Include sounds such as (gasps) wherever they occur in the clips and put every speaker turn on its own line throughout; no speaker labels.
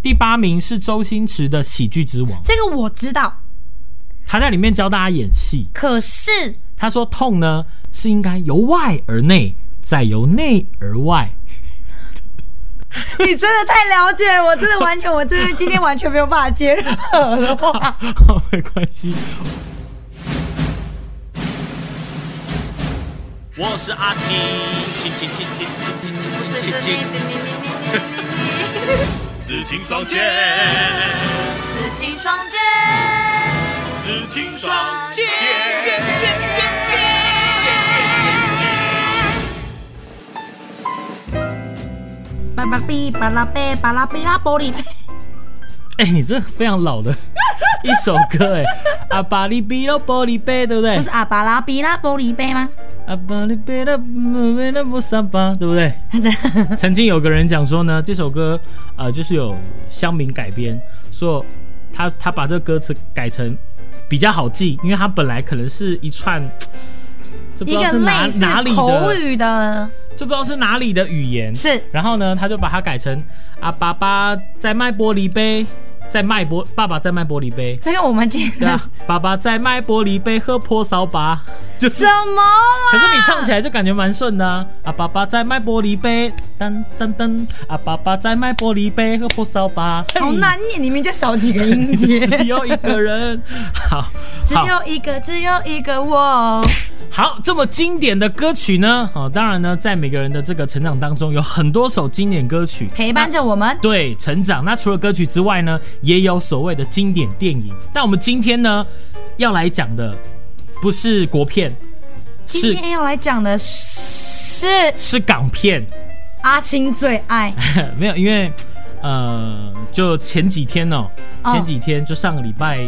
第八名是周星驰的《喜剧之王》，
这个我知道，
他在里面教大家演戏。
可是
他说痛呢是应该由外而内，再由内而外。
你真的太了解了，我真的完全，我真的今天完全没有办法接任何的话。
好，没关系。
我是阿青，青青青青青青青青青，紫青双剑，
紫青双剑，
紫青双剑。
巴拉比巴拉贝巴拉比拉玻璃杯。
哎、你这非常老的一首歌哎、阿巴利比罗玻璃杯，对不对
不？是阿巴拉比拉玻璃杯吗？
阿巴利比罗贝拉布萨巴，对不对？曾经有个人讲说呢，这首歌呃就是有乡民改编，说他他把这个歌词改成比较好记，因为他本来可能是一串，这不
一
知道
个
是哪
类似
哪里
口
的，
语的，
这不知道是哪里的语言。
是
然后呢，他就把它改成啊，爸爸在卖玻璃杯，在卖玻，爸爸在卖玻璃杯。
这个我们今
对
天 (laughs)
啊，爸爸在卖玻璃杯，喝破烧吧， (laughs) 就是
什。么啊？
可是你唱起来就感觉蛮顺的啊！啊，爸爸在卖玻璃杯，噔噔噔！啊，爸爸在卖玻璃杯，喝破烧吧。嘿
好难，念，里面就少几个音节，
只有一个人。好，
只
好。
有一个，只有一个我。
好，这么经典的歌曲呢？哦，当然呢，在每个人的这个成长当中，有很多首经典歌曲
陪伴着我们。
对成长。那除了歌曲之外呢，也有所谓的经典电影。但我们今天呢，要来讲的不是国片，
今
是
天要来讲的是
是港片。
阿青最爱，
(laughs) 没有，因为呃，就前几天哦，
哦
前几天就上个礼拜，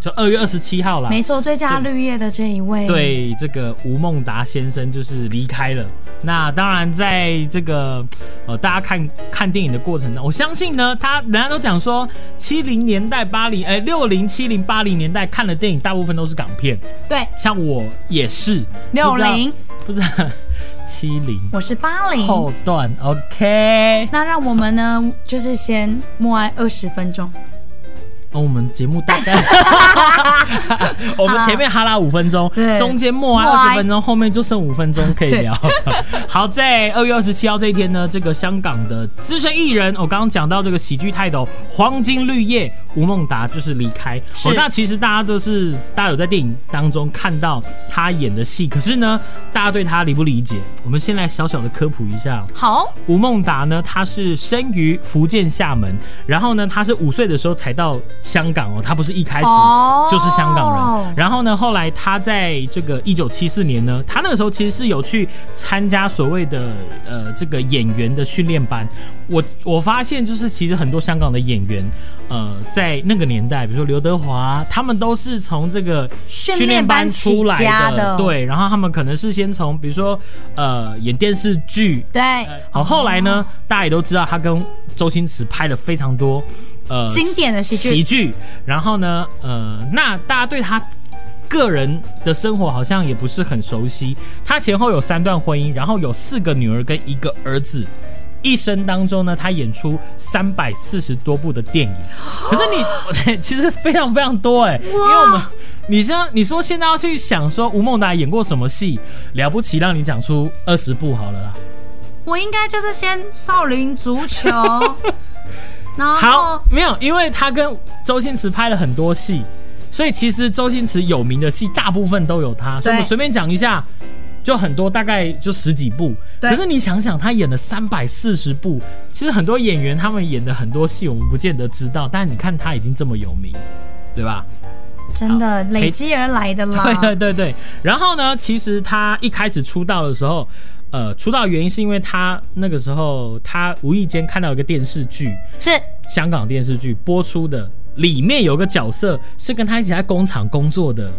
就二月二十七号啦。
没错，最佳绿叶的这一位。，
对，这个吴孟达先生就是离开了。那当然，在这个呃大家看看电影的过程呢，我相信呢，他人家都讲说，七零年代、八零哎六零、七零、八零年代看的电影，大部分都是港片，
对，
像我也是
六零，
不知道七零
我是八零。
后段，OK。
那让我们呢，就是先默哀二十分钟。
哦，我们节目大概， (laughs) 我们前面哈拉五分钟
对，
中间默哀
默
二
哀
十分钟，后面就剩五分钟可以聊。 (laughs) 好，在二月二十七号这一天呢，这个香港的资深艺人，我刚刚讲到这个喜剧泰斗黄金绿叶吴孟达就是离开。
是
哦，那其实大家都是大家有在电影当中看到他演的戏，可是呢，大家对他理不理解？我们先来小小的科普一下哦、
好，
吴孟达呢，他是生于福建厦门，然后呢，他是五岁的时候才到香港哦，他不是一开始
哦
就是香港人。然后呢，后来他在这个一九七四年呢，他那个时候其实是有去参加所谓的呃这个演员的训练班。我我发现就是其实很多香港的演员，呃，在那个年代，比如说刘德华，他们都是从这个
训
训
练
练
班
班出
起家
来
的
对，然后他们可能是先从比如说呃演电视剧。
对，
好，后来呢，大家也都知道他跟周星驰拍了非常多呃
经典的喜剧
喜剧。然后呢，呃，那大家对他个人的生活好像也不是很熟悉。他前后有三段婚姻，然后有四个女儿跟一个儿子。一生当中呢，他演出三百四十多部的电影，可是你 (laughs) 其实非常非常多哎、因为我们你像你说现在要去想说吴孟达演过什么戏了不起，让你讲出二十部好了啦。
我应该就是先少林足球，然后
好，没有，因为他跟周星驰拍了很多戏，所以其实周星驰有名的戏大部分都有他。所以我们随便讲一下，就很多，大概就十几部。
对
可是你想想，他演了三百四十部，其实很多演员他们演的很多戏，我们不见得知道，但你看他已经这么有名，对吧？
真的
好
累积而来的啦。
对对对对。然后呢，其实他一开始出道的时候，呃，出道原因是因为他那个时候他无意间看到一个电视剧，
是
香港电视剧播出的，里面有个角色是跟他一起在工厂工作的
哦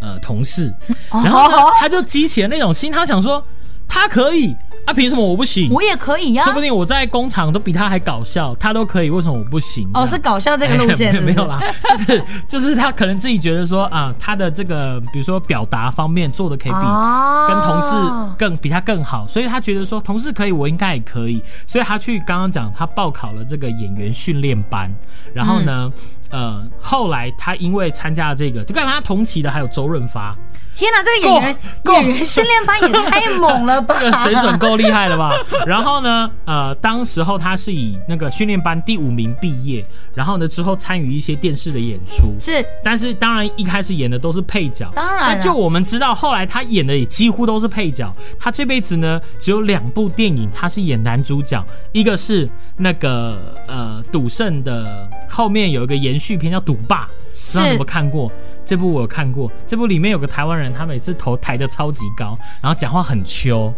呃同事，然后呢，他就激起了那种心，他想说他可以啊，凭什么我不行？
我也啊可以呀、
说不定我在工厂都比他还搞笑，他都可以，为什么我不行？
哦，是搞笑这个路线
哎
是
(laughs)
不
没
是
有？啦，就是 (laughs) 就是他可能自己觉得说啊，他的这个比如说表达方面做的可以比
啊
跟同事更比他更好，所以他觉得说同事可以，我应该也可以，所以他去刚刚讲他报考了这个演员训练班，然后呢，呃，后来他因为参加了这个，就跟他同期的还有周润发，
天哪，这个演员
够够
演员训练班也太猛了吧！
(laughs) 这个水准够厉害了吧？然后呢，呃，当时候他是以那个训练班第五名毕业，然后呢之后参与一些电视的演出，
是
但是当然一开始演的都是配角，
当然啊
那就我们知道，后来他演的也几乎都是配角。他这辈子呢，只有两部电影他是演男主角，一个是那个呃赌圣的后面有一个延续片叫《赌霸》，不知道你有没有看过？这部我有看过，这部里面有个台湾人，他每次头抬得超级高，然后讲话很秋，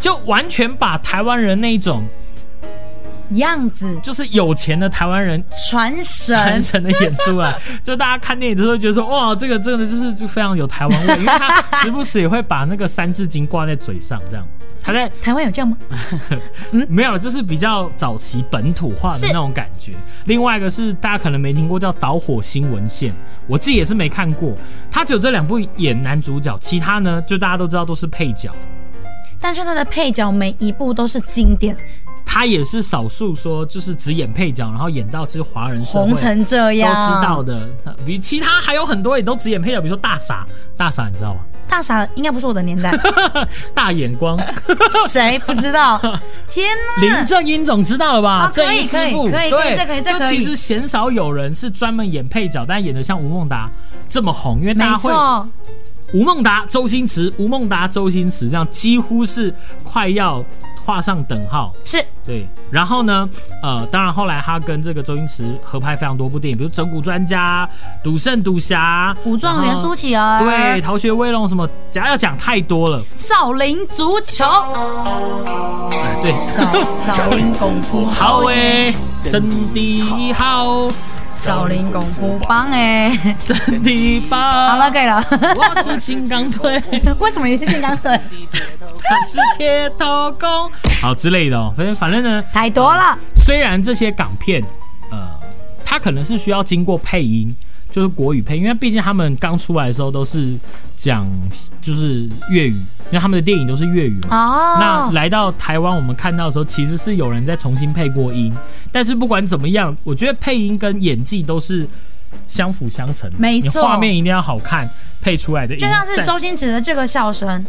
就完全把台湾人那一种
样子
就是有钱的台湾人
传
传
神，
神的演出
(laughs)
来，就大家看电影都会觉得说，哇，这个真的就是就非常有台湾味，因为他时不时也会把那个三字经挂在嘴上，这样。他在
台湾有这样吗？
没有了，就是比较早期本土化的
嗯是
那种感觉。另外一个是大家可能没听过叫《导火新闻线》，我自己也是没看过。他只有这两部演男主角，其他呢就大家都知道都是配角。
但是他的配角每一部都是经典，
他也是少数说就是只演配角，然后演到就是华人社会
红成这
都
样，
知道的。比其他还有很多也都只演配角，比如说大傻，大傻你知道吗？ (laughs)
大傻应该不是我的年代，
大眼
(laughs)
光，
谁不知道？天哪！
林正英总知道了吧？
哦可以
正英师傅，
可以可以
对，
这可以这
就
可以
其实鲜少有人是专门演配角，但演的像吴孟达这么红，因为大
没
家会
错，
吴孟达、周星驰、吴孟达、周星驰这样，几乎是快要画上等号。
是
对，然后呢，呃，当然后来他跟这个周星驰合拍非常多部电影，比如《整蛊专家》《赌圣赌侠》
武状元
然后
苏乞儿，
啊对，《逃学威龙》什么，讲要讲太多了。
少林足
(laughs)
球，
哎，对，
少少林功夫
好诶、真的好，
少林功夫棒哎、
真的棒。
好了，，可以了。 (laughs)
我是金刚腿，
为什么你是金刚
(laughs)
腿？
他是铁头功，好之类的哦。反正反正呢，
太多了，
虽然这些港片，呃，它可能是需要经过配音，就是国语配，因为毕竟他们刚出来的时候都是讲就是粤语，因为他们的电影都是粤语嘛。
哦
那来到台湾，我们看到的时候，其实是有人在重新配过音，但是不管怎么样，我觉得配音跟演技都是相辅相成的，
没
你
错
画面一定要好看，配出来的音
就像是
赞
周星驰的这个笑声，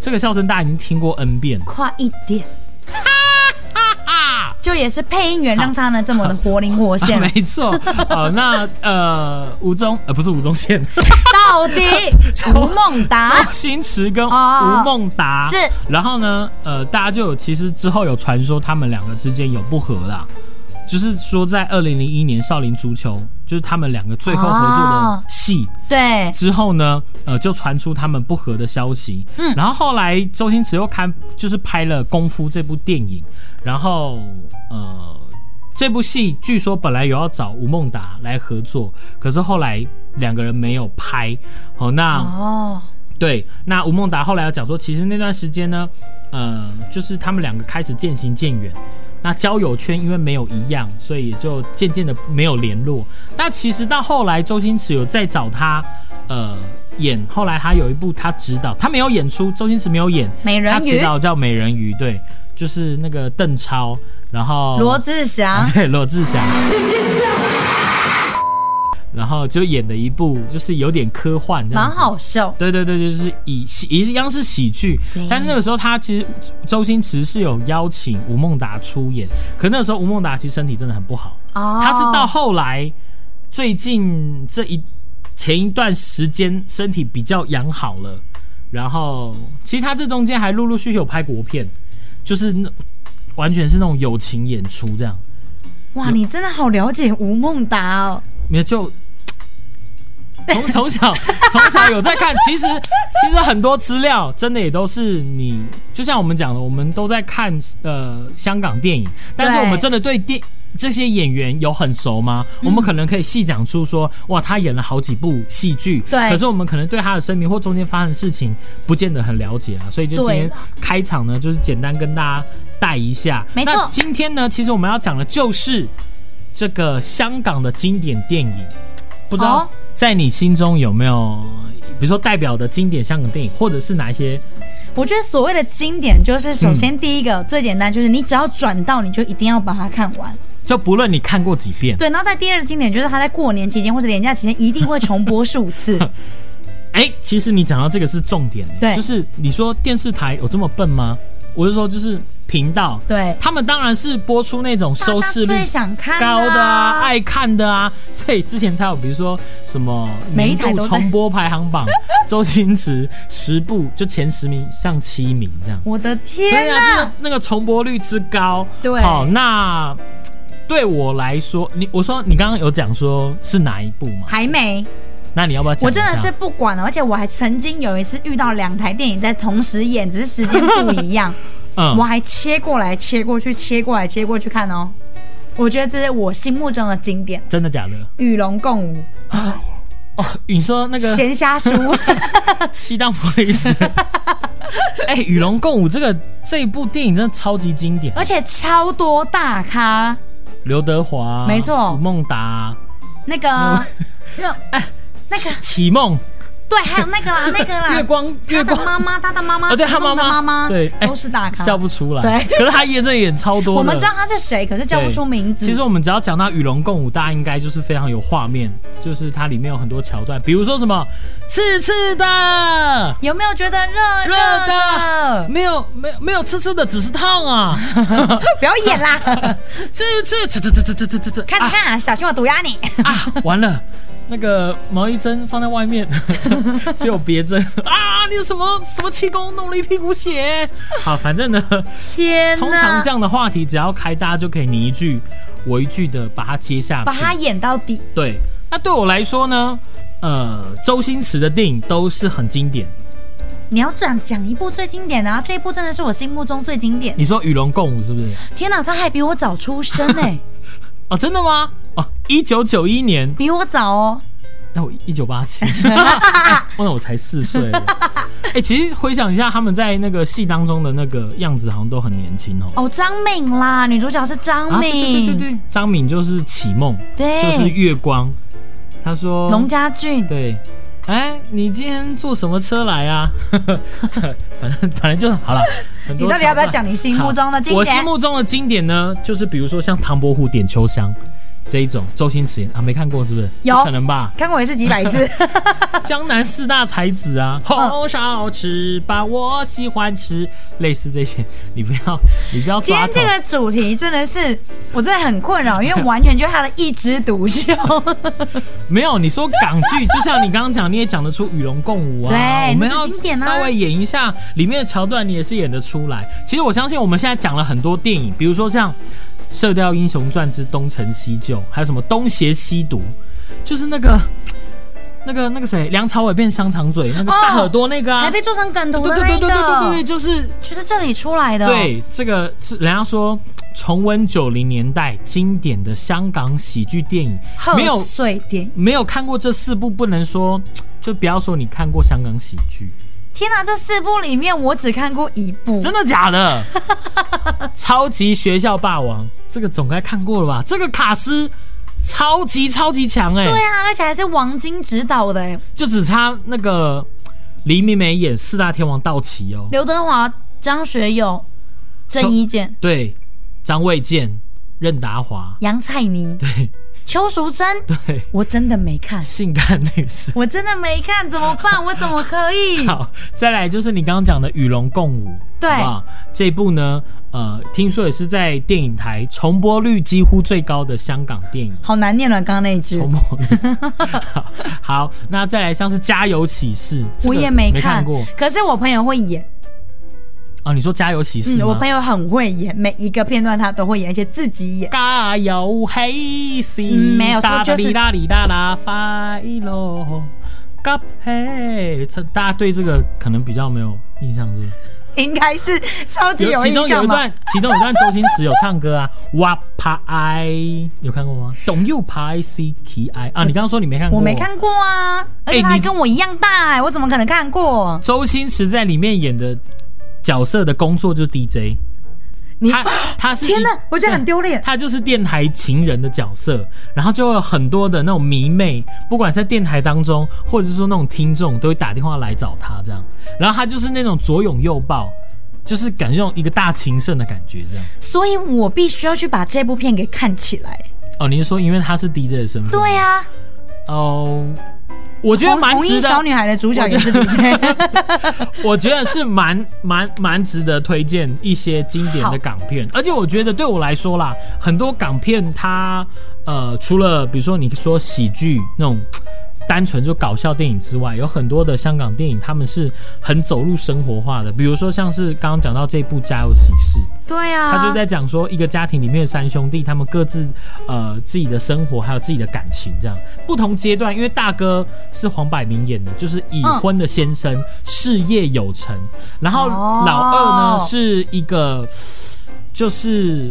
这个笑声，大家已经听过 N 遍了。，
快一点，就也是配音员让他呢这么的活灵活
(laughs)
现
没错，好，那呃，吴宗呃不是吴宗宪，
到底吴孟
(laughs)
达
周星驰跟吴
啊哦
孟达
是，
然后呢，呃，大家就有其实之后有传说他们两个之间有不和啦，就是说在二零零一年《少林足球》，就是他们两个最后合作的
哦
戏。
对
之后呢，呃，就传出他们不和的消息。嗯，然后后来周星驰又看，就是拍了《功夫》这部电影，然后呃，这部戏据说本来有要找吴孟达来合作，可是后来两个人没有拍。好、那、
哦，
对，那吴孟达后来有讲说，其实那段时间呢，呃，就是他们两个开始渐行渐远。那交友圈因为没有一样，所以也就渐渐的没有联络。但其实到后来，周星驰有再找他，呃，演。后来他有一部他指导，他没有演出，周星驰没有演，
美人
他指
鱼
导叫《美人鱼》，对，就是那个邓超，然后
罗志
(laughs)
祥
对罗志祥，然后就演的一部就是有点科幻这样
蛮
子，
好笑，
对对对，就是以喜一样是喜剧，但是那个时候他其实周星驰是有邀请吴孟达出演，可那个时候吴孟达其实身体真的很不好，
哦，
他是到后来最近这一前一段时间身体比较养好了，然后其实他这中间还陆陆续续有拍国片，就是那完全是那种友情演出这样，
哇，你真的好了解吴孟达哦，
没有就从从小从小有在
(laughs)
看，其实其实很多资料真的也都是你，就像我们讲的，我们都在看呃香港电影，但是
对
我们真的对电这些演员有很熟吗？
嗯
我们可能可以细讲出说，哇，他演了好几部戏剧，
对
可是我们可能对他的生平或中间发生的事情，不见得很了解啦。所以就今
对
天开场呢，就是简单跟大家带一下。
没错
那今天呢，其实我们要讲的就是这个香港的经典电影，不知道
哦
在你心中有没有，比如说代表的经典香港电影，或者是哪一些？
我觉得所谓的经典，就是首先第一个、
嗯
最简单，就是你只要转到，你就一定要把它看完。
就不论你看过几遍，
对，然后在第二个经典，就是它在过年期间或者年假期间一定会重播
(laughs)
数次。
哎、其实你讲到这个是重点、欸，
对
就是你说电视台有这么笨吗？我是说，就是频道，
对，
他们当然是播出那种收视
大家
率
最想看
高的啊、
爱
爱看的啊，所以之前才有比如说什么
每一
年
台
度
都在
重播排行榜，周星驰十部就前十名上七名这样。
我的天
对
呐！
啊，这个那个重播率之高，
对
好，那对我来说，你我说你刚刚有讲说是哪一部嘛？
还没，
那你要不要讲
我
一下？
真的是不管了，而且我还曾经有一次遇到两台电影在同时演，只是时间不一样，
(laughs) 嗯
我还切过来切过去，切过来切过去看哦。我觉得这是我心目中的经典，《
真的假的？
与龙共舞
哦，你说那》
《
个
闲暇书》
(laughs) 西当弗雷斯，
(laughs)
哎、与龙共舞》这个这一部电影真的超级经典，
而且超多大咖，
刘德华，
没错
吴孟达，
那
嗯
个，因为那个
启启梦，
对，还有那个
(laughs)
啦，那个啦，
月光
他
月
的
光
妈妈，他的妈妈，
哦对
启梦
他妈
的
妈
妈妈，
对哎
都是大咖。
叫不出来，
对，
可是他演这演超多的，
我们知道他是谁，可是叫不
对
出名字。
其实我们只要讲到《与龙共舞》，大家应该就是非常有画面，就是它里面有很多桥段，比如说什么刺刺的。
有没有觉得热
热的
的？
没有，没有，没有刺刺的，只是烫啊！
不要演啦，
(laughs) 刺刺刺刺刺刺刺刺刺刺，
看着看啊，小心我毒压你。
啊！完了，那个毛衣针放在外面， (laughs) 只有别 (laughs) 针啊！你什么什么气功弄了一屁股 (laughs) 血？好，反正呢，
天
通常这样的话题只要开，大家就可以你一句我一句的把它接下去，
把他演到底。
对，那对我来说呢，呃，周星驰的电影都是很经典。
你要讲讲一部最经典的、啊，这一部真的是我心目中最经典。
你说《与龙共舞》是不是？
天哪，他还比我早出生哎、
(laughs) 哦，真的吗？哦，一九九一年，
比我早哦。
那我一九八
(laughs)
七，那我才四岁。哎、其实回想一下，他们在那个戏当中的那个样子，好像都很年轻哦。
哦，张敏啦，女主角是张
啊对对对对
敏，
对，张敏就是启梦，
哦对
就是月光。他说，
龙家俊，
对，哎，你今天坐什么车来啊？ (laughs) 反正反正就好了。很多
你到底要不要
桥段
讲你心目中的经典？
我心目中的经典呢，就是比如说像唐伯虎点秋香这一种，周星驰演啊，没看过是不是？
有？
不可能吧
(laughs) 看过也是几百
(laughs)
次。
江南四大才子啊，
(laughs)
红烧翅膀我喜欢吃，类似这些，你不要你不要
今
抓
天
头
这。个主题真的是我真的很
(laughs)
困扰，因为完全就是他的一枝独秀。
没有，你说港剧，就像你刚刚讲，你也讲得出《与龙共舞》啊，
对
我们
那
要
是经典啊
稍微演一下里面的桥段，你也是演得出来。其实我相信我们现在讲了很多电影，比如说像《射雕英雄传之东成西就》，还有什么《东邪西毒》，就是那个。那个那个谁，梁朝伟变香肠嘴，那个
哦
大耳朵那个 (laughs) 啊，
还被做成梗图
对对
的那
对
一
对对对对对，
个，
就是
就是这里出来的。，哦
对，这个是人家说重温九零年代经典的香港喜剧电影，
贺
没有
岁电影。
没有看过这四部，不能说就不要说你看过香港喜剧，
天哪，这四部里面我只看过一部，
真的假的？
(laughs)
超级学校霸王这个总该看过了吧？这个卡斯超级超级强哎、
对啊，而且还是王晶执导的、欸，
就只差那个黎明没演四大天王到齐哦，
刘德华、张学友、郑伊健、
对，张卫健、任达华，
杨采妮、
对
邱淑贞，
对，
我真的没看，
性感女士。
我真的没看，怎么办？我怎么可
(laughs)
以？
好，再来就是你刚刚讲的《与龙共舞》，
对
好不好这一部呢，呃，听说也是在电影台重播率几乎最高的香港电影。
好难念了，刚刚那一句
重。播率 (laughs) 好好，那再来像是《家有喜事》，这
我
个
也
没
看，
过
可是我朋友会演，
啊。你说《家有喜事
嗯，》
吗？
我朋友很会演，每一个片段他都会演，而且自己演。
家有喜事，
嗯没有错
哒哒
就是
哩啦哩啦啦，快乐。嘎嘿，这大家对这个可能比较没有印象，是不是？
应该是超级
有
有
其
印
中有
象
一
嘛。
段，其中有一段周星驰有唱歌啊， (laughs) 哇啪哎，有看过吗？懂又啪 C K I 啊，你刚刚说你没看过，
我没。看过啊，而且他
哎
还
你
跟我一样大、哎，我怎么可能看过？
周星驰在里面演的角色的工作就是 DJ，
你 (gasps)
他他是一
天哪，我觉得很丢脸。
他就是电台情人的角色，然后就会有很多的那种迷妹，不管是在电台当中，或者是说那种听众，都会打电话来找他这样。然后他就是那种左拥右抱，就是感觉那种一个大情圣的感觉这样。
所以我必须要去把这部片给看起来。
哦，你是说因为他是 DJ 的身份？
对呀、啊，
哦，我觉得蛮
红
值
衣
得，啊
小女孩的主角也是 DJ，
(laughs) 我觉得是蛮蛮蛮值得推荐一些经典的港片，而且我觉得对我来说啦，很多港片它呃，除了比如说你说喜剧那种。单纯就搞笑电影之外，有很多的香港电影，他们是很走入生活化的。比如说，像是刚刚讲到这部《家有喜事》，
(laughs) 对呀、啊，
他就在讲说一个家庭里面的三兄弟，他们各自呃自己的生活还有自己的感情这样不同阶段，因为大哥是黄百鸣演的，就是已婚的先生，事业有成，然后
哦
老二呢是一个就是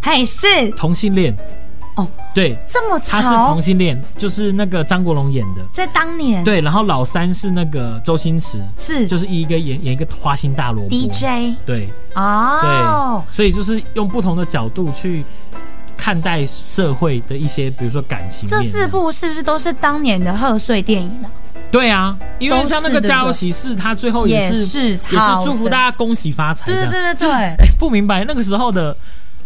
嘿是
同性恋
哦，
对，
这么
他是同
潮，
性恋，就是那个张国荣演的。
在当年
对，然后老三是那个周星驰，
是
就是一个演演一个花心大萝卜
DJ
对，
哦，
对，所以就是用不同的角度去看待社会的一些，比如说感情。
这四，部是不是都是当年的贺岁电影呢、
对啊，因为像那个
都是
《
对
家有
不对
喜事》，他最后哦也
也
是
是
也是
好
祝福
的
大家恭喜发财。
对对对对
这
对
样，哎，不明白那个时候的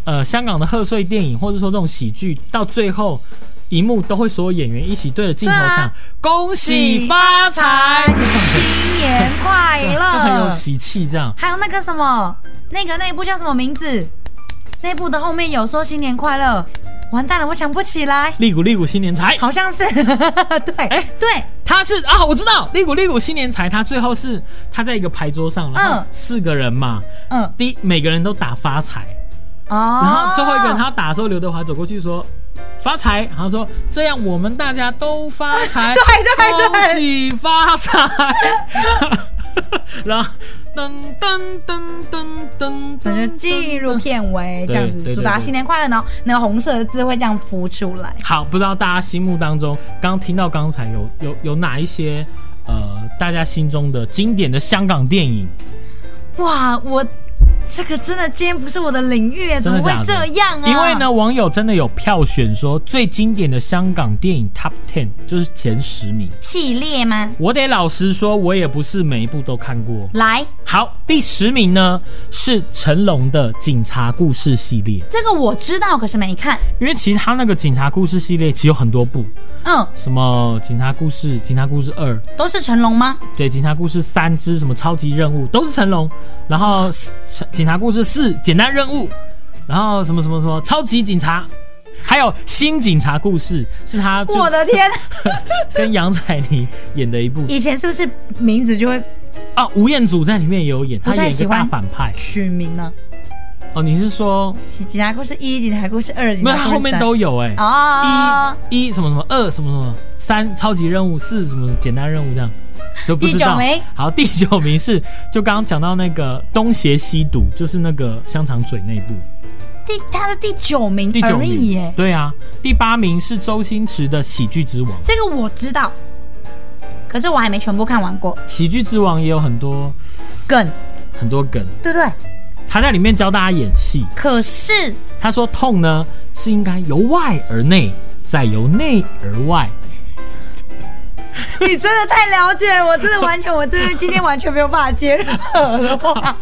呃香港的贺岁电影，或者说这种喜剧，到最后。一幕都会所有演员一起对着镜头
对啊
唱“恭喜发财”，这样
新年快乐，
就很有喜气。这样
还有那个什么，那个那一部叫什么名字？那部的后面有说新年快乐，完蛋了，我想不起来，
利鼓利鼓新年财，
好像是， (laughs) 对，
哎
对，
他是啊，我知道利古利古新年财，他最后是他在一个牌桌上，然后
嗯
四个人嘛，
嗯，
第一每个人都打发财，
哦，
然后最后一个人他打的时候，刘德华走过去说。发财，然后说这样我们大家都发财，
对对对
恭喜发财。然后噔噔噔噔噔
那就
噔
进入片尾这样
对对对
子，祝大家
对
新年快乐，然后那个红色的字会这样浮出来。
好，不知道大家心目当中，刚听到刚才有有有哪一些呃，大家心中的经典的香港电影？
哇，我这个真的今天不是我的领域耶，
真
怎
的
么会
假的
这样啊？
因为呢，，网友真的有票选说最经典的香港电影 Top Ten 就是前十名。
系列吗？
我得老实说，我也不是每一部都看过。
来，
好，第十名呢是成龙的《警察故事》系列，
这个我知道，可是没看。
因为其实他那个《警察故事》系列其实有很多部，
嗯，
什么《警察故事》《警察故事二》
都是成龙吗？
对，《警察故事三》之什么超级任务都是成龙，然后《警察故事四》简单任务，然后什么什么什么超级警察，还有《新警察故事》是他就
我的天，
跟杨采妮演的一部
以前是不是名字就会
啊，吴彦祖在里面也有演，
不
他
太
演一个
喜
大
欢
反派
取名呢？
哦。你是说
警察故事一、警察故事二、警
没
察
有？他
故事三
后面都有哎、
哦。
一一什么什么二什么什么三超级任务四什么简单任务这样就不知道
第九名。
好，第九名是就刚刚讲到那个东邪西毒，就是那个香肠嘴那一部。
第他的第九名
第九
而已
名
耶，，
对啊，第八名是周星驰的《喜剧之王》，《
这个我知道，可是我还没全部看完过。
喜剧之王》也有很多
梗，
很多梗，
对不对？
他在里面教大家演戏。
可是
他说痛呢是应该由外而内，再由内而外。
你真的太了解我，真的完全，我真的今天完全没有办法接任何的 (laughs) 话。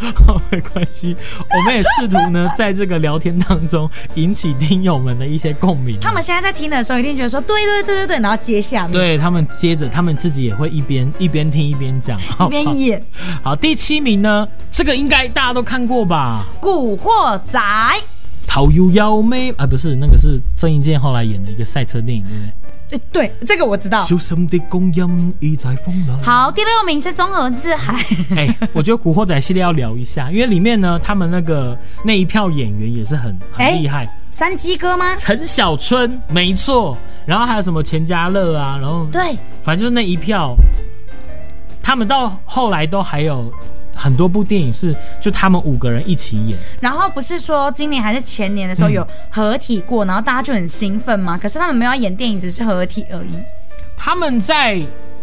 没关系，我们也试图呢在这个聊天当中引起听友们的一些共鸣。
他们现在在听的时候，一定觉得说对对对对对，然后接下面
对他们接着，他们自己也会一边一边听一边讲，哦好 (laughs) 不
一
好
边演《
好，第七名呢，这个应该大家都看过吧？
古惑仔》。
逃悠幺妹啊，不是那个是郑伊健后来演的一个赛车电影，对不对？
呃对，这个我知道。
小心的光阴已在风来。
好，第六名是综合自海，
(laughs) 哎、我觉得《古惑仔》系列要聊一下，因为里面呢，他们那个那一票演员也是很很
哎
厉害，
山鸡哥吗？
陈小春没错，然后还有什么钱嘉乐啊，然后
对，
反正就是那一票，他们到后来都还有很多部电影是就他们五个人一起演，
然后不是说今年还是前年的时候有合体过，然后大家就很兴奋吗？可是他们没有要演电影，只是合体而已。
他们在。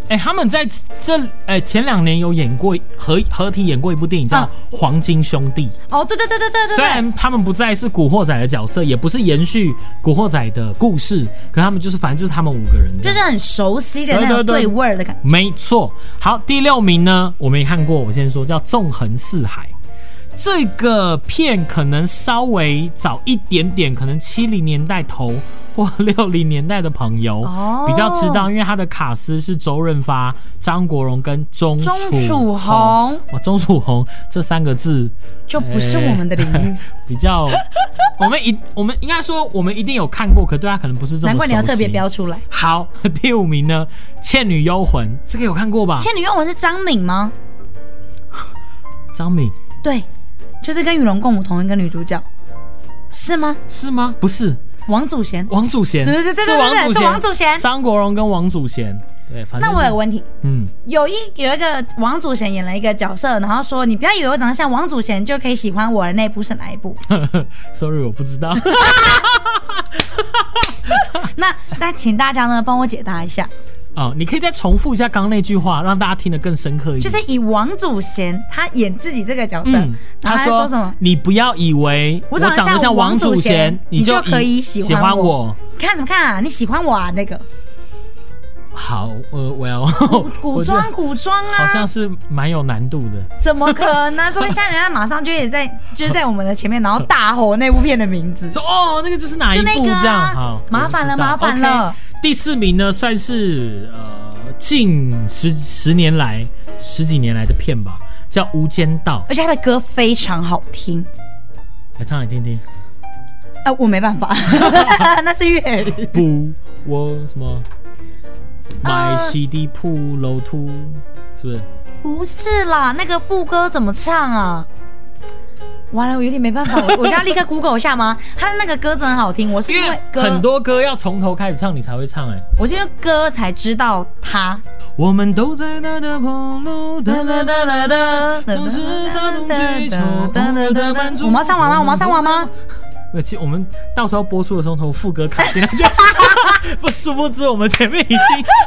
哎、他们在这哎、前两年有演过合合体演过一部电影叫
嗯
《黄金兄弟》，
哦，对对对对对对
虽
对，
然他们不再是古惑仔的角色，也不是延续古惑仔的故事，可他们就是反正就是他们五个人这
就
样，
是很熟悉的那
对
种
对对
对味儿的感觉。
没错。好，第六名呢，我没看过，我先说叫《纵横四海》。这个片可能稍微早一点点，可能七零年代头或六零年代的朋友、
哦
比较知道，因为他的卡司是周润发、张国荣跟钟
钟楚
楚
红
哇，钟楚红这三个字
就不是我们的领域，
比较，我们一我们应该说我们一定有看过，可对他可能不是这么
难怪你要特
熟悉
别标出来。
好， (laughs) 第五名呢，《倩女幽魂》这个有看过吧？
《倩女幽魂》是张敏吗？
张敏
对，就是跟与龙共舞同一个女主角，是吗？
是吗？不是，
王祖贤。
王祖贤，
对对对对
是
对
王
对
祖
是
贤，
王祖贤
张国荣跟王祖贤。对，反正
那我有问题，
嗯， (laughs)
有一有一个王祖贤演了一个角色，然后说你不要以为我长得像王祖贤就可以喜欢我的那部是哪一部？
啊 sorry，我不知道。 (laughs)
那那请大家呢帮我解答一下，
哦，你可以再重复一下刚刚那句话，让大家听得更深刻一点。
就是以王祖贤他演自己这个角色，
嗯，
然
他
后他说什么？
你不要以为
我长
长
得
得
像
像
王
祖
祖贤
你
你就可以
喜
喜
喜
欢
欢
我
我。
看什么看啊？你喜欢我啊？那个
好，呃，我要
(laughs) 古
(laughs) 我觉得
装古装
好像
啊，
是蛮有难度的。
怎么可能？啊说一下人家马上就
(laughs)
也在就是在我们的前面，然后大吼那部片的名字。
说哦，那个就是哪一
就那
部
个啊
这样？好，
麻烦了
我知道
麻烦了
OK，第四名呢，算是呃近十十年来十几年来的片吧，叫《无间道
而且他的歌非常好听，》，
来唱来听听。
啊，我没
(laughs)
办法， (laughs) 那是粤语。
不，我什么买
呃
CD 铺楼突，是不是？
不是啦，那个副歌怎么唱啊？完了，我有点没办法，
(laughs)
我我现在立刻 Google 一下吗？他的那个歌真的很好听，我是因为歌，
很多歌要从头开始唱，你才会唱哎、
我是因为歌才知道他。
我们都在那的旁路，哒哒哒哒哒，总是朝中追求偶尔的满足。
我们要唱完吗？我们要唱完吗？
没有，其实我们到时候播出的时候，从副歌卡进来就， (laughs) 不殊不知我们前面已经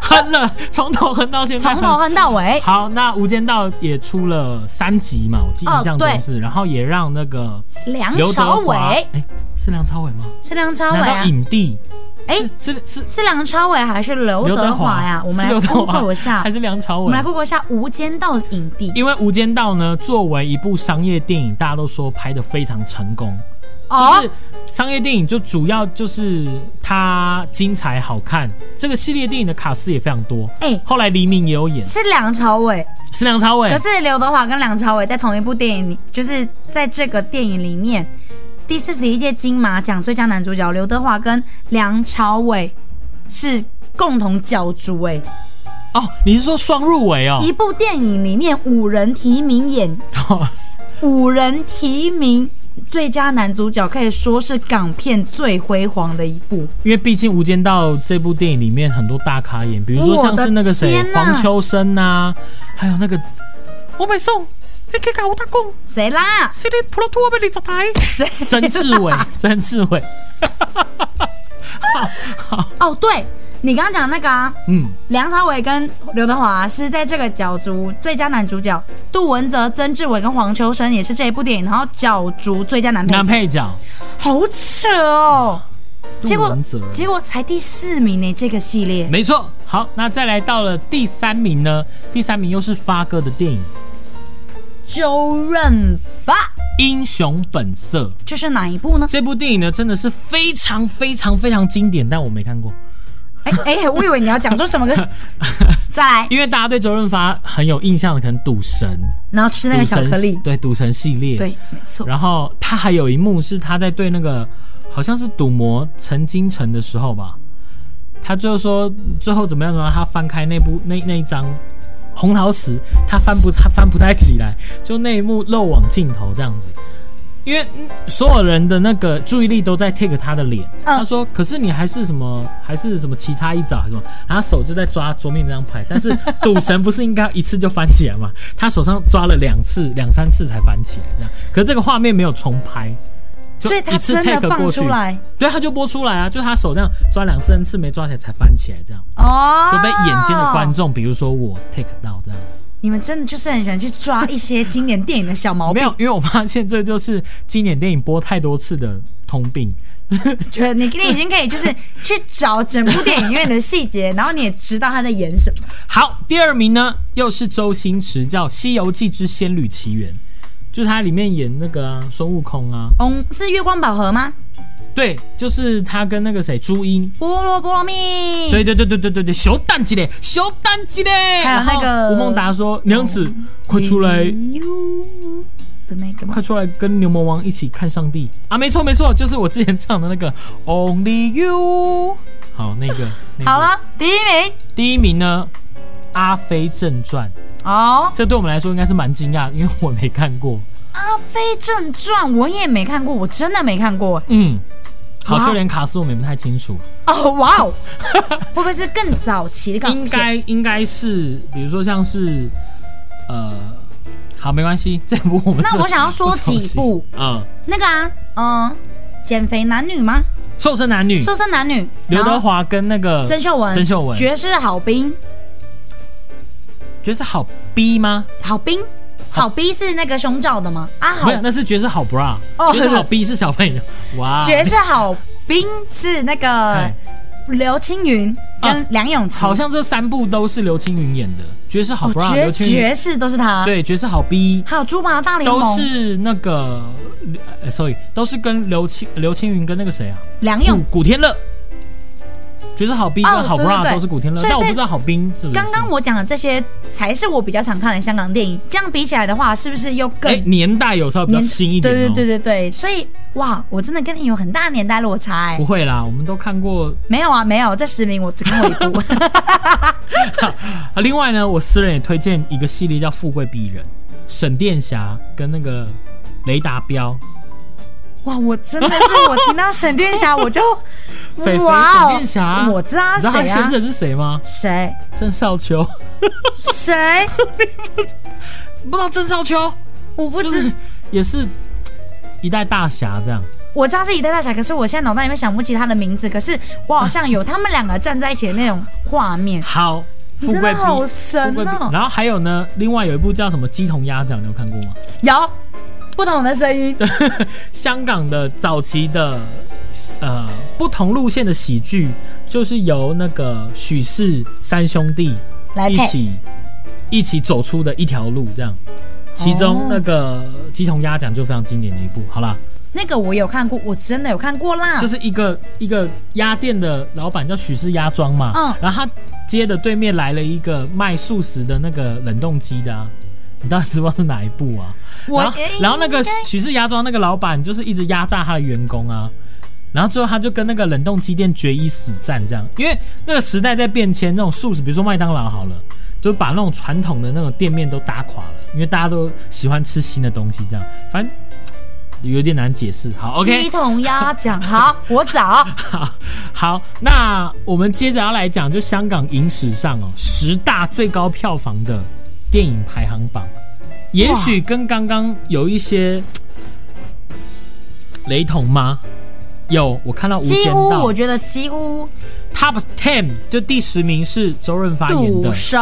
哼了，从头哼到现在。
从头。哼到尾。
好，那《无间道》也出了三集嘛，我记印象中
嗯
是，然后也让那个
梁
刘德
朝
华，
嗯伟
哎，是梁朝伟吗？
是梁朝伟
拿
啊
到？影帝，
哎、
是是
是梁朝伟还是刘
刘
德
德华啊
华呀、我们
是
来
刘德华
Google 一下
还，是梁朝
我们
伟
来？Google 一下《无间道》的影帝
因为《无间道》呢，作为一部商业电影，大家都说拍的非常成功，
哦
就是商业电影就主要就是它精彩好看。这个系列电影的卡司也非常多，
哎
后来黎明也有演，
是梁朝伟，
是梁朝伟
可。是刘德华跟梁朝伟在同一部电影里，就是在这个电影里面，第四十一届金马奖最佳男主角刘德华跟梁朝伟是共同角逐、哎、
哦，你是说双入围哦？
一部电影里面五人提名演，五人提名最佳男主角，可以说是港片最辉煌的一部。
(laughs) 因为毕竟《无间道》这部电影里面很多大咖演，比如说像是那个谁
我的天哪
黄秋生呐、还有那个我美颂，你可以搞我打工，
谁啦？
是你普罗托被你砸台。
谁？
曾志
(laughs)
伟，曾志伟，
哦，对你刚刚讲那个啊，
嗯，
梁朝伟跟刘德华是在这个角逐最佳男主角，杜文泽、曾志伟跟黄秋生也是这一部电影，然后角逐最佳男配
男
角，
配角
好扯哦！结
杜
果
文泽
结果才第四名呢，这个系列
没错，好，那再来到了第三名呢？第三名又是发哥的电影《
周润发
英雄本色》。
这是哪一部呢？
这部电影呢，真的是非常非常非常经典，但我没看过，
哎哎，我以为你要讲出什么
(laughs)
个，再来，
因为大家对周润发很有印象的，可能赌神，
然后吃那
赌
个巧
神
克力，
对，赌神系列，
对，。没错，
然后他还有一幕是他在对那个好像是赌魔陈金城的时候吧，他最后说最后怎么样怎么样，他翻开那部那那一张红桃十，他翻不他翻不太起来，就那一幕漏网镜头这样子。因为嗯所有人的那个注意力都在 take 他的脸。
嗯
他说：“可是你还是什么，还是什么奇差一爪，还是什么？”然后他手就在抓桌面这张牌，但是赌神不是应该一次就翻起来嘛？ (laughs) 他手上抓了两次、两三次才翻起来，这样。可是这个画面没有重拍，就
所以他
一次
真的
take
放
过去
出，来
对，他就播出来啊，就他手这样抓两三次没抓起来才翻起来，这样
哦，
就被眼尖的观。众，比如说我 take 到这样。
你们真的就是很喜欢去抓一些经典电影的小毛
没
病，
有，因为我发现这就是经典电影播太多次的通病。
觉得你你已经可以就是 (laughs) 去找整部电影院的细节，然后你也知道他在演什么。
好，第二名呢，又是周星驰，叫《西游记之仙女奇缘》，就是他里面演那个、啊、孙悟空啊，
嗯，是月光宝盒吗？
对，就是他跟那个谁朱茵，
菠萝菠萝蜜。
对对对对对对对，熊蛋鸡嘞，熊蛋鸡嘞，
还有那个嗯
然后吴孟达说娘子，快出来。
You 的那个吗
快？出来跟牛魔王一起看上帝啊！没错没错，就是我之前唱的那个 Only You。好，那个。那个
好了，第一名
第一名呢，《阿飞正传》，
哦，
这对我们来说应该是蛮惊讶，因为我没看过。
《阿飞正传》我也没看过，我真的没看过。哎
嗯，好，
哇
就连卡斯我们也不太清楚，
哦，哇
(laughs)
哦，会不会是更早期的港片？
应该应该是，比如说像是，呃，好，没关系， (laughs) 这部我们
那
真的
我想要说
不熟悉
几部，
嗯，
那个啊，嗯，减肥男女吗？
瘦身男女，
瘦身男女，
嗯刘德
然后
华跟那个
曾秀文，
曾秀文，觉
绝世好兵，
觉得好逼吗？
好兵，好兵是那个胸罩的吗？啊，好
没，有，那是爵士好 bra，
哦
爵士好逼是小朋友，
(laughs)
哇，
绝世好兵是那个
哎
刘青云跟
啊
梁咏琪，
好像这三部都是刘青云演的，爵士好
哦，
bra，
绝
刘青云
绝世都是他，，
对，爵士好逼
还有猪八大联
都
盟，
是那个，呃，sorry，都是跟刘青刘青云跟那个谁啊，
梁
古
咏。
古天乐，爵士好逼跟
哦
好
对
bra
对对
都是古天乐，
所以
但我
在
不知道好兵是不是。
刚刚我讲的这些才是我比较常看的香港电影，这样比起来的话，是不是又更
哎年代有时候比较新一点，哦
对对对。对对，所以哇，我真的跟你有很大年代落差哎、
不会啦，我们都看过。
没有啊，没有，这十名我只看过一部。
(laughs) 啊，另外呢，我私人也推荐一个系列叫《富贵逼人》，沈殿霞跟那个雷达彪，
哇，我真的是我听到沈殿霞我就
(laughs) 肥肥
哇
沈
哦
殿霞，
我知道她
你知道他
谁啊
先生是谁吗？
谁
郑少秋，
谁，
不知道郑少秋，
我不
就
知
是也是一代大侠这样。
我知道是一代大侠，可是我现在脑袋里面想不起他的名字，可是我好像有他们两个站在一起的那种画面。
好，
你
富
真
贵
的
逼
好
富
神
贵逼
哦！
然后还有呢，另外有一部叫什么《鸡同鸭讲》，你有看过吗？
有不同的
(laughs)
声音，
香港的早期的呃不同路线的喜剧，就是由那个许氏三兄弟
来
一
配
起一起走出的一条路，这样。其中
哦
那个鸡同鸭讲就非常经典的一部，好啦，
那个我有看过，我真的有看过啦
就。是一个一个鸭店的老板叫许氏鸭庄嘛，
嗯
然后他接的对面来了一个卖素食的那个冷冻鸡的啊，你到底知不知道是哪一部啊？
我
然后然后那个许氏鸭庄那个老板就是一直压榨他的员工啊，然后最后他就跟那个冷冻鸡店决一死战，这样，因为那个时代在变迁，那种素食，比如说麦当劳好了，就把那种传统的那种店面都打垮了，因为大家都喜欢吃新的东西，这样，反正。有点难解释，好，OK，
鸡同鸭讲，好，我
(laughs)
找。
好，好，那我们接着要来讲，就香港影史上哦十大最高票房的电影排行榜，也许跟刚刚有一些嘖雷同吗？有，我看到《无
几
间
乎，
道
我》觉得几乎
Top Ten 就第十名是周润发演的
赌神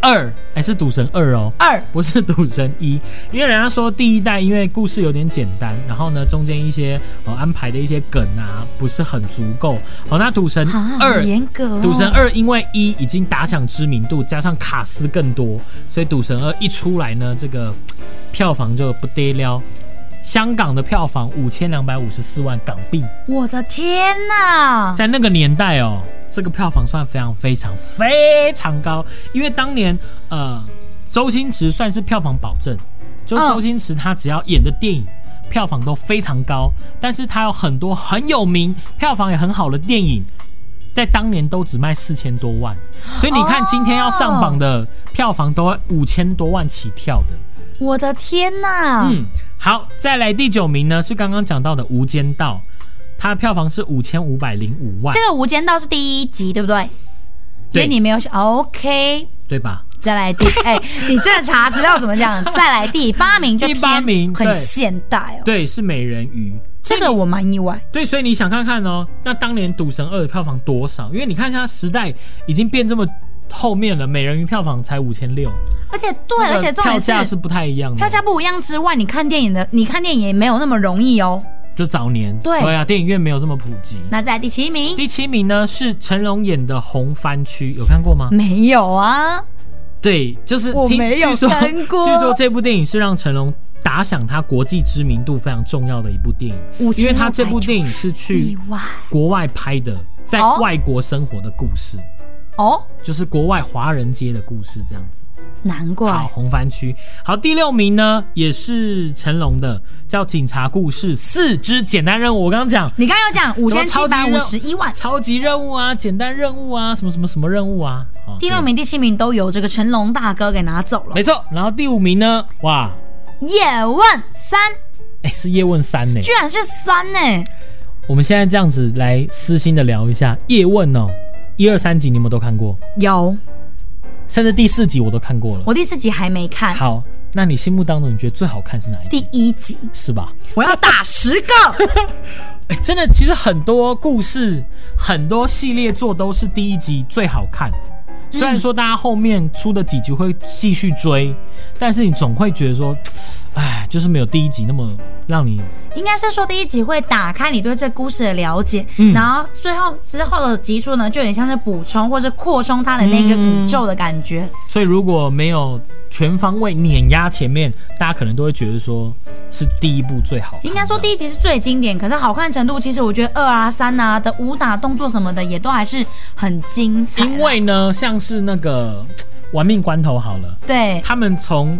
二，哎、是《赌神二》哦。
二
不是赌神一，因为人家说第一代因为故事有点简单，然后呢中间一些呃安排的一些梗啊不是很足够。好、那赌神
啊，好
二、
严格哦。
赌神二因为一已经打响知名度，加上卡斯更多，所以赌神二一出来呢，这个嘖票房就不得了。香港的票房五千两百五十四万港币，
我的天哪！
在那个年代哦，这个票房算非常非常非常高，因为当年呃，周星驰算是票房保证，就
嗯
周星驰他只要演的电影。票房都非常高，但是他有很多很有名、票房也很好的电影，在当年都只卖四千多万，所以你看
哦
今天要上榜的票房都五千多万起跳的。
我的天哪！
嗯，好，再来第九名呢是刚刚讲到的《无间道》，它的票房是五千五百零五万
这，个《无间道》是第一集，对不对？
对
所以你没有想哦 OK，
对吧？
再
(laughs)
来第哎、你真的查资料怎么讲？再来第八名就
(laughs) 第八
偏
名对
很现代哦。
对，是美人鱼。
这个我蛮意外，
对，所以你想看看哦，那当年《赌神二》的票房多少？因为你看现在时代已经变这么后面了，美人鱼票房才五千六，
而且对，而且重
票
点
价是
是
不太一样的，
票价不一样之外，你看电影的你看电影也没有那么容易哦。
就早年
对
啊，电影院没有这么普及。
那在第七名
第七名呢是成龙演的《红番区》，有看过吗？
没有啊，
对，就是
嗯我
听
没有
据说
看过
据说这部电影是让成龙打响他国际知名度非常重要的一部电影，
5690
因为他这部电影是去
意外
国外拍的，在
哦
外国生活的故事，
哦，
就是国外华人街的故事这样子。
难
好，
怪
红番区。好，第六名呢也是成龙的，叫《警察故事四之简单任务》。我刚刚讲
你刚刚有讲五
什么
千七
超级
百
任
五十一万，
超级任务啊，简单任务啊，什么什么什么任务啊。哦
第六，
对
名、第七名都由这个成龙大哥给拿走了。
没错。然后第五名呢，哇，
叶问三
哎、是叶问三呢、
居然是三呢、
我们现在这样子来私心的聊一下叶问哦，一二三集你有没有都看过？
有，
甚至第四集我都看过了。
我第四集还没看，
好，那你心目当中你觉得最好看是哪一集？
第一集
是吧？
我要打十个，
哎、真的，其实很多故事、很多系列作都是第一集最好看。虽然说大家后面出的几集会继续追，但是你总会觉得说，哎，就是没有第一集那么让你
应该是说第一集会打开你对这故事的了解，
嗯
然后最后之后的集数呢，就有点像是补充或是扩充它的那个宇宙的感觉。
所以如果没有全方位碾压前面，大家可能都会觉得说是第一部最好看的。
应该说第一集是最经典，可是好看程度，其实我觉得二啊、三啊的武打动作什么的也都还是很精彩啦。
因为呢，像是那个玩命关头好了，
对
他们从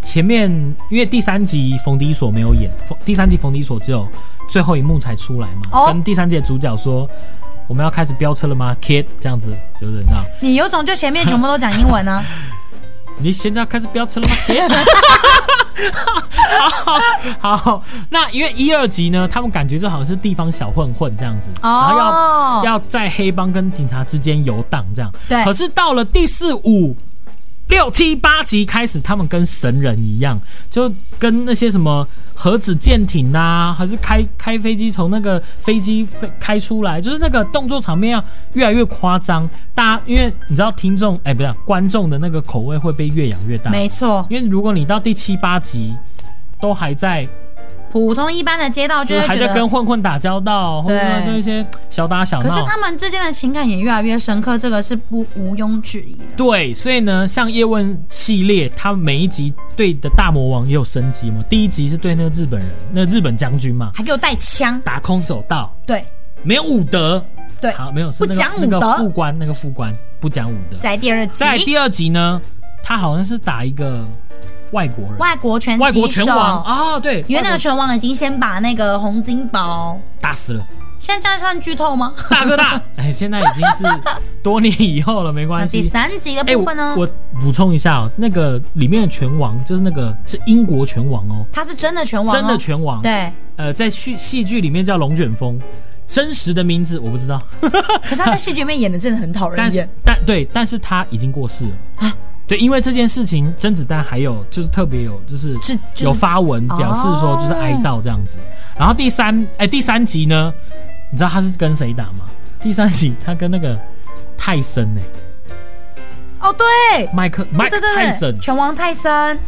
前面，因为第三集冯迪索没有演，冯第三集冯迪索只有最后一幕才出来嘛，
哦
跟第三集的主角说。我们要开始飙车了吗，Kid？这样子就是你知道，
你有种就前面全部都讲英文啊
(laughs)
呢、
你现在要开始飙车了吗？Kid？好好，那因为一二集呢，他们感觉就好像是地方小混混这样子，然后要
哦，
要在黑帮跟警察之间游荡这样。
对
可是到了第四五。六七八集开始，他们跟神人一样，就跟那些什么核子舰艇呐、还是开开飞机从那个飞机飞开出来，就是那个动作场面要越来越夸张。大家因为你知道听众哎、不是观众的那个口味会被越养越大，
没错，
因为如果你到第七八集都还在
普通一般的街道
就
就
是
会
还
觉
在跟
得。
混混打交道，或者
对
说就一些小打小
可
闹，
是他们之间的情感也越来越深刻，这个是不毋庸置疑的。
对，所以呢，像叶问系列，它每一集对的大魔王也有升级嘛。第一集是对那个日本人，那个日本将军嘛，
还给我带枪，
打空手道，
对
没有武德，
对。
好，没有是
不
那个
讲武
那
德
个副官，那个副官不讲武德。
在第二集，
在第二集呢，他好像是打一个外国人，
外国拳击手
外国拳王，啊、哦，对，
因为
外
那个
国
拳王已经先把那个洪金宝，
打死了
现在这样算剧透吗？
大哥 (laughs) 大，哎，现在已经是多年以后了，没
那
关系。
第三集的
哎、
部
我
分呢？
我补充一下哦，那个里面的拳王就是那个是英国拳王哦，
他是真的拳王、哦，
真的拳王， (laughs)
对，
呃，在戏戏剧里面叫龙卷风，真实的名字我不知
(laughs)
道，
可是他在戏剧里面演的真的很讨
但
人
是
厌。
但对，但是他已经过世了
啊
对，因为这件事情，甄子丹还有就是特别有就是
是就是
有发文
哦
表示说就是哀悼这样子。然后第三哎、第三集呢，你知道他是跟谁打吗？第三集他跟那个泰森哎、
哦，对，哦
麦克麦克
对对
泰
对
森
对，，拳王泰森，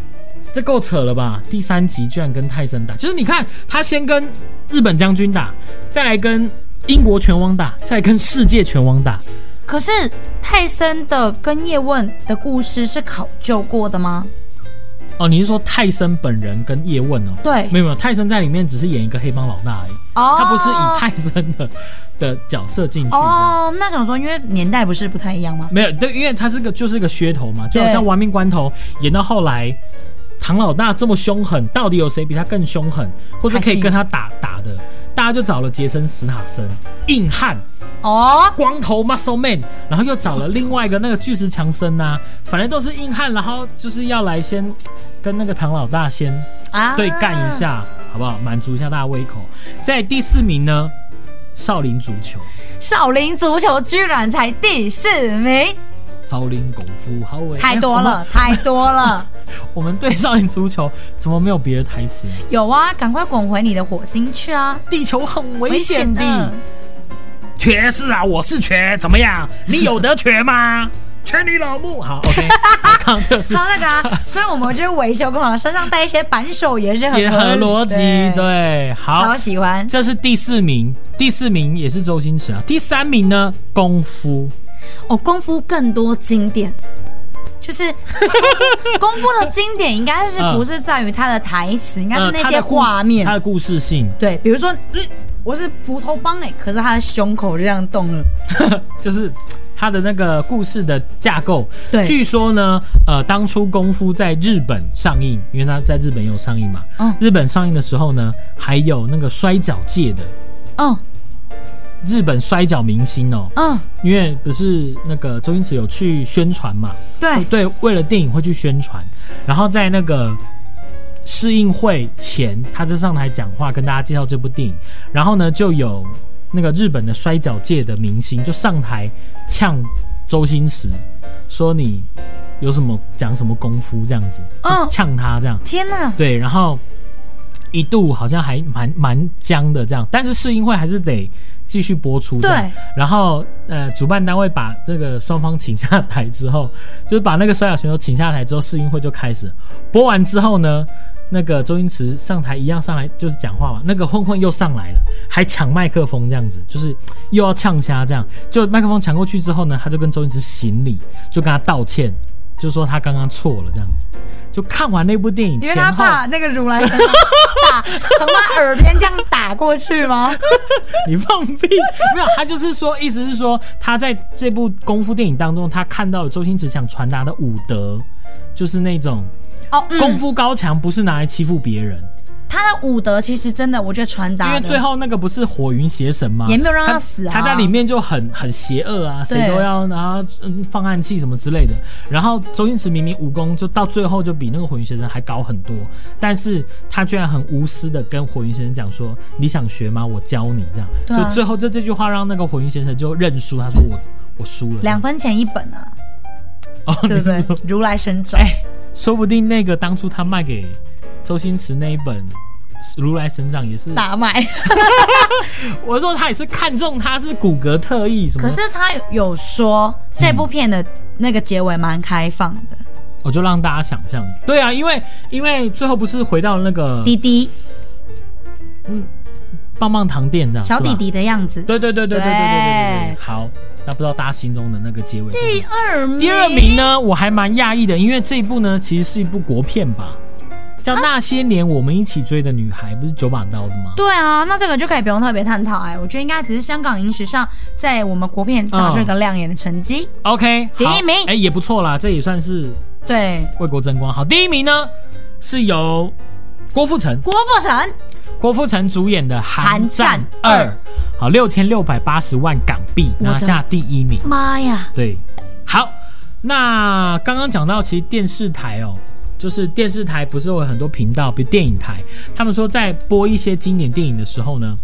这够扯了吧？第三集居然跟泰森打，就是你看他先跟日本将军打，再来跟英国拳王打，再来跟世界拳王打。
可是泰森的跟叶问的故事是考究过的吗？
哦，你是说泰森本人跟叶问哦？
对
没有没有，泰森在里面只是演一个黑帮老大而已，
哦，
他不是以泰森的的角色进去的。
哦，那想说，因为年代不是不太一样吗？
没有，对，因为他是个就是个噱头嘛，就好
对
像《玩命关头》演到后来，唐老大这么凶狠，到底有谁比他更凶狠，或者可
还
以
是
跟他打打的？大家就找了杰森·史塔森，硬汉
哦，
光头 muscle man，然后又找了另外一个那个巨石啊强森呐、反正都是硬汉，然后就是要来先跟那个唐老大先
啊
对干一，下，好不好？满足一下大家胃口。在第四名呢，少林足球，
少林足球居然才第四名，
少林功夫好哎，
太多了，太多了。
哎。我们我们对少林足球怎么没有别的台词呢？
(laughs) 有啊，赶快滚回你的火星去啊！
地球很危
危
险
险
的
的。，
瘸是啊，我是瘸，怎么样？你有得瘸
(laughs)
吗？瘸你老母！好，OK，好刚刚这个是
还有那个 (laughs) 啊，所以我们就是维修工厂身上带一些扳手也是很
也合逻辑，
对，
对，好
超，喜欢。
这是第四名，第四名也是周星驰啊。第三名呢，功夫，
哦，功夫更多经典，就是 (laughs) 功夫的经典应该是
嗯
不是在于它的台词，应该是
呃
那
它
些
的故
画面
它。的故事性，
对，比如说，嗯，我是斧头帮哎，可是他的胸口就这样动了。
就是它的那个故事的架构。
对
据说呢，呃，当初《功夫》在日本上映，因为它在日本有上映嘛。
嗯
日本上映的时候呢，还有那个摔跤界的
嗯
日本摔跤明星哦，
嗯，
因为不是那个周星驰有去宣传嘛，
对，
对，为了电影会去宣传，然后在那个试映会前，他就上台讲话，跟大家介绍这部电影。然后呢，就有那个日本的摔跤界的明星就上台呛周星驰，说你有什么讲什么功夫这样子，就
嗯
呛他这样。
天哪，
对，然后一度好像还蛮蛮僵的这样，但是试映会还是得继续播出。
对，
然后呃，主办单位把这个双方请下台之后，就是把那个摔跤选手请下台之后，试映会就开始了播完之后呢。那个周星驰上台一样上来就是讲话嘛，那个混混又上来了，还抢麦克风这样子，就是又要呛虾这样，就麦克风抢过去之后呢，他就跟周星驰行礼，就跟他道歉，就说他刚刚错了这样子。就看完那部电影
因
前
为
后，
他怕那个如来神掌打从他耳边这样打过去
(laughs)
吗？
你放屁！没有，他就是说，意思是说，他在这部功夫电影当中，他看到了周星驰想传达的武德，就是那种
哦，嗯
功夫高强，不是拿来欺负别人。
他的武德其实真的，我觉得传达
因
的
为最后那个不是火云邪神吗？
也没有让他死啊
他在里面就很很邪恶啊，谁
对
都要然后嗯放暗器什么之类的。然后周星驰明明武功就到最后就比那个火云邪神还高很多，但是他居然很无私的跟火云邪神讲说：“你想学吗？我教你。”这样，
对啊
就最后就这句话让那个火云邪神就认输，他说我我输了。
两分钱一本啊，
(laughs) 哦，
对
(laughs)
不对
你是说？
如来神掌，
哎，说不定那个当初他卖给周星驰那一本。如来神掌也是
大卖。
我说他也是看中他是骨骼特异什么，
可是他有说这部片的那个结尾蛮开放的，
嗯我就让大家想象。对啊，因为因为最后不是回到那个
滴滴
棒棒糖店这样，
小
是吧
弟。弟的样子。
对对对对对对对对对对。
对
好，那不知道大家心中的那个结尾是什
第
么？
二名，
第二名呢，我还蛮讶异的，因为这一部呢其实是一部国片吧，叫《那些年我们一起追的女孩》，不是九把刀的吗？
对啊，那这个就可以不用特别探讨哎、我觉得应该只是香港影史上在我们国片打出一个亮眼的成绩。
OK，好
第一名
哎，也不错啦，这也算是
对，
为国争光。好，第一名呢是由郭富城。
郭富城
郭富城主演的《寒战
寒
二
战》，
好，六千六百八十万港币
我的
拿下第一名。
妈呀，
对，好，那刚刚讲到，其实电视台哦，就是电视台不是有很多频道，比如电影台，他们说在播一些经典电影的时候呢，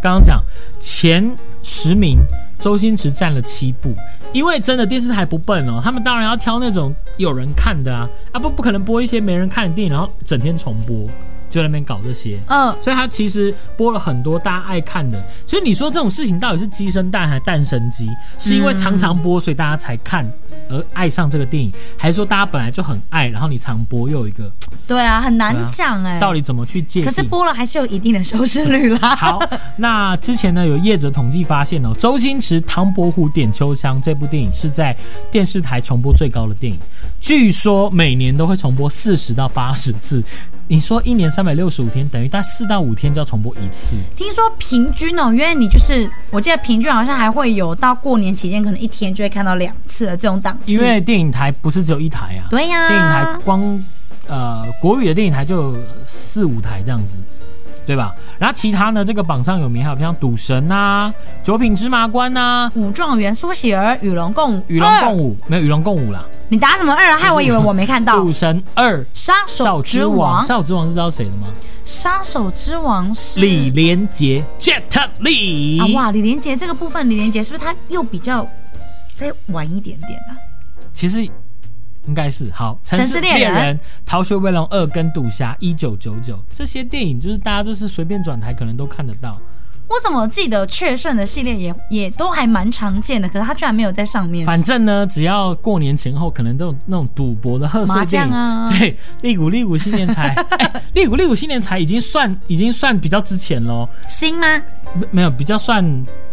刚刚讲前十名，周星驰占了七部。因为真的电视台不笨哦，他们当然要挑那种有人看的啊，啊不不可能播一些没人看的电影，然后整天重播，就在那边搞这些。
嗯，
所以他其实播了很多大家爱看的。所以你说这种事情到底是鸡生蛋还是蛋生鸡？是因为常常播，所以大家才看而爱上这个电影，还是说大家本来就很爱，然后你常播又有一
(laughs)
个
对啊，很难讲哎、
到底怎么去界定？
可是播了还是有一定的收视率啦。
(laughs) 好，那之前呢有业者统计发现哦，周星驰《唐伯虎点秋香》这部电影是在电视台重播最高的电影，据说每年都会重播四十到八十次。你说一年三百六十五天，等于大概四到五天就要重播一次。
听说平均哦，因为你就是，我记得平均好像还会有到过年期间，可能一天就会看到两次的这种档次。
因为电影台不是只有一台啊，
对呀、
电影台光呃国语的电影台就有四五台这样子，对吧？然后其他呢，这个榜上有名还有像《赌神》呐，《九品芝麻官》呐，
武状元苏乞儿与龙共舞，
《与龙共舞》没有《与龙共舞》啦，
你打什么二啊？害我以为我没看
《
到
赌。神二》
杀手
少
之
之
王嗯
王，，少之王是知道谁的吗？
杀手之王是
李连杰，Jet 李
啊，哇，李连杰这个部分，李连杰是不是他又比较再晚一点点啊？
其实应该是好《
城市猎人
人》《逃学威龙二》跟《赌侠》一九九九这些电影，就是大家就是随便转台可能都看得到。
我怎么记得确胜的系列也也都还蛮常见的，可是他居然没有在上面。
反正呢，只要过年前后，可能都有那种赌博的贺岁电影
麻将啊
(laughs) 对，利古利古新年
(laughs)
财，哎利古利古新年财已经算已经算比较之前咯，
新吗？
没没有比较算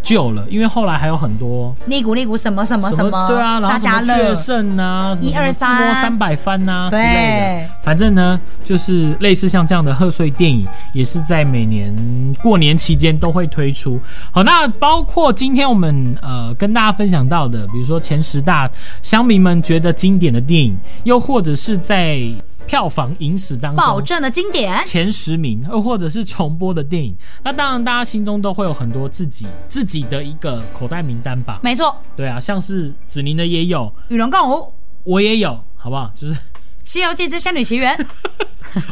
旧了，因为后来还有很多
利古利古什么什么什么，
对啊，然
大
后什
家
么
乐
确胜啊，
一二三
三百番呐、啊、之
对
类的。反正呢，就是类似像这样的贺岁电影，也是在每年过年期间都会推出。好，那包括今天我们呃跟大家分享到的，比如说前十大乡民们觉得经典的电影，又或者是在票房影史当
保
中。
证的经典。
前十名，又或者是重播的电影，那当然大家心中都会有很多自己自己的一个口袋名单吧。
没错，
对啊，像是子宁的也有，
《与龙共舞》《
我也有，好不好？就是
(laughs) 西游记之仙女奇缘》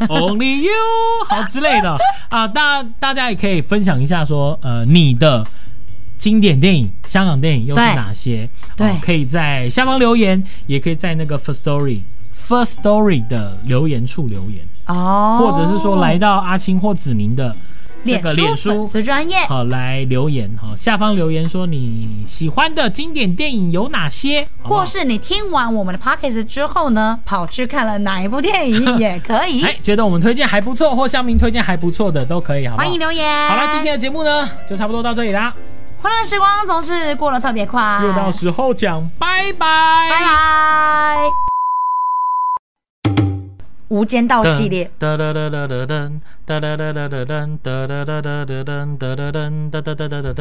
Only You 好之类的啊，大大家也可以分享一下说，呃，你的经典电影、香港电影又是
对
哪些？
对
哦可以在下方留言，也可以在那个 First Story。First Story 的留言处留言，
哦，
或者是说来到阿青或子宁的这
脸
个脸
书粉
书，
丝专业，
好来留言，好下方留言说你喜欢的经典电影有哪些，好不好
或是你听完我们的 p o c k e t 之后呢，跑去看了哪一部电影也可
(laughs)
以，
哎，觉得我们推荐还不错，或乡民推荐还不错的都可以，好不好？
欢迎留言。
好了，今天的节目呢就差不多到这里啦，
欢乐时光总是过得特别快，
又到时候讲，拜
拜
拜。
拜。无间道哦系列，
噔噔噔噔噔噔噔噔噔噔噔噔噔噔噔噔噔噔噔噔噔噔噔噔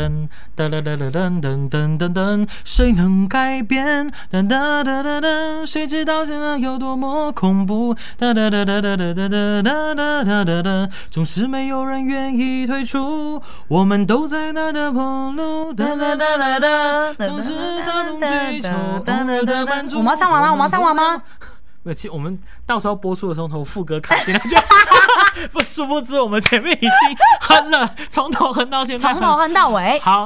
噔噔噔噔，谁能改变？噔噔噔噔噔，谁知道这有多么恐怖？噔噔噔噔噔噔噔噔噔噔噔噔，总是没有人愿意退出，我们都在那的坡路。噔噔噔噔噔，总是朝中追求偶尔的满足。
我们要上完吗？我们要上完吗？
那其实我们到时候播出的时候，从副歌卡进来就， (laughs) 不殊不知我们前面已经哼了，从头哼到现在，
从头哼到尾。
好。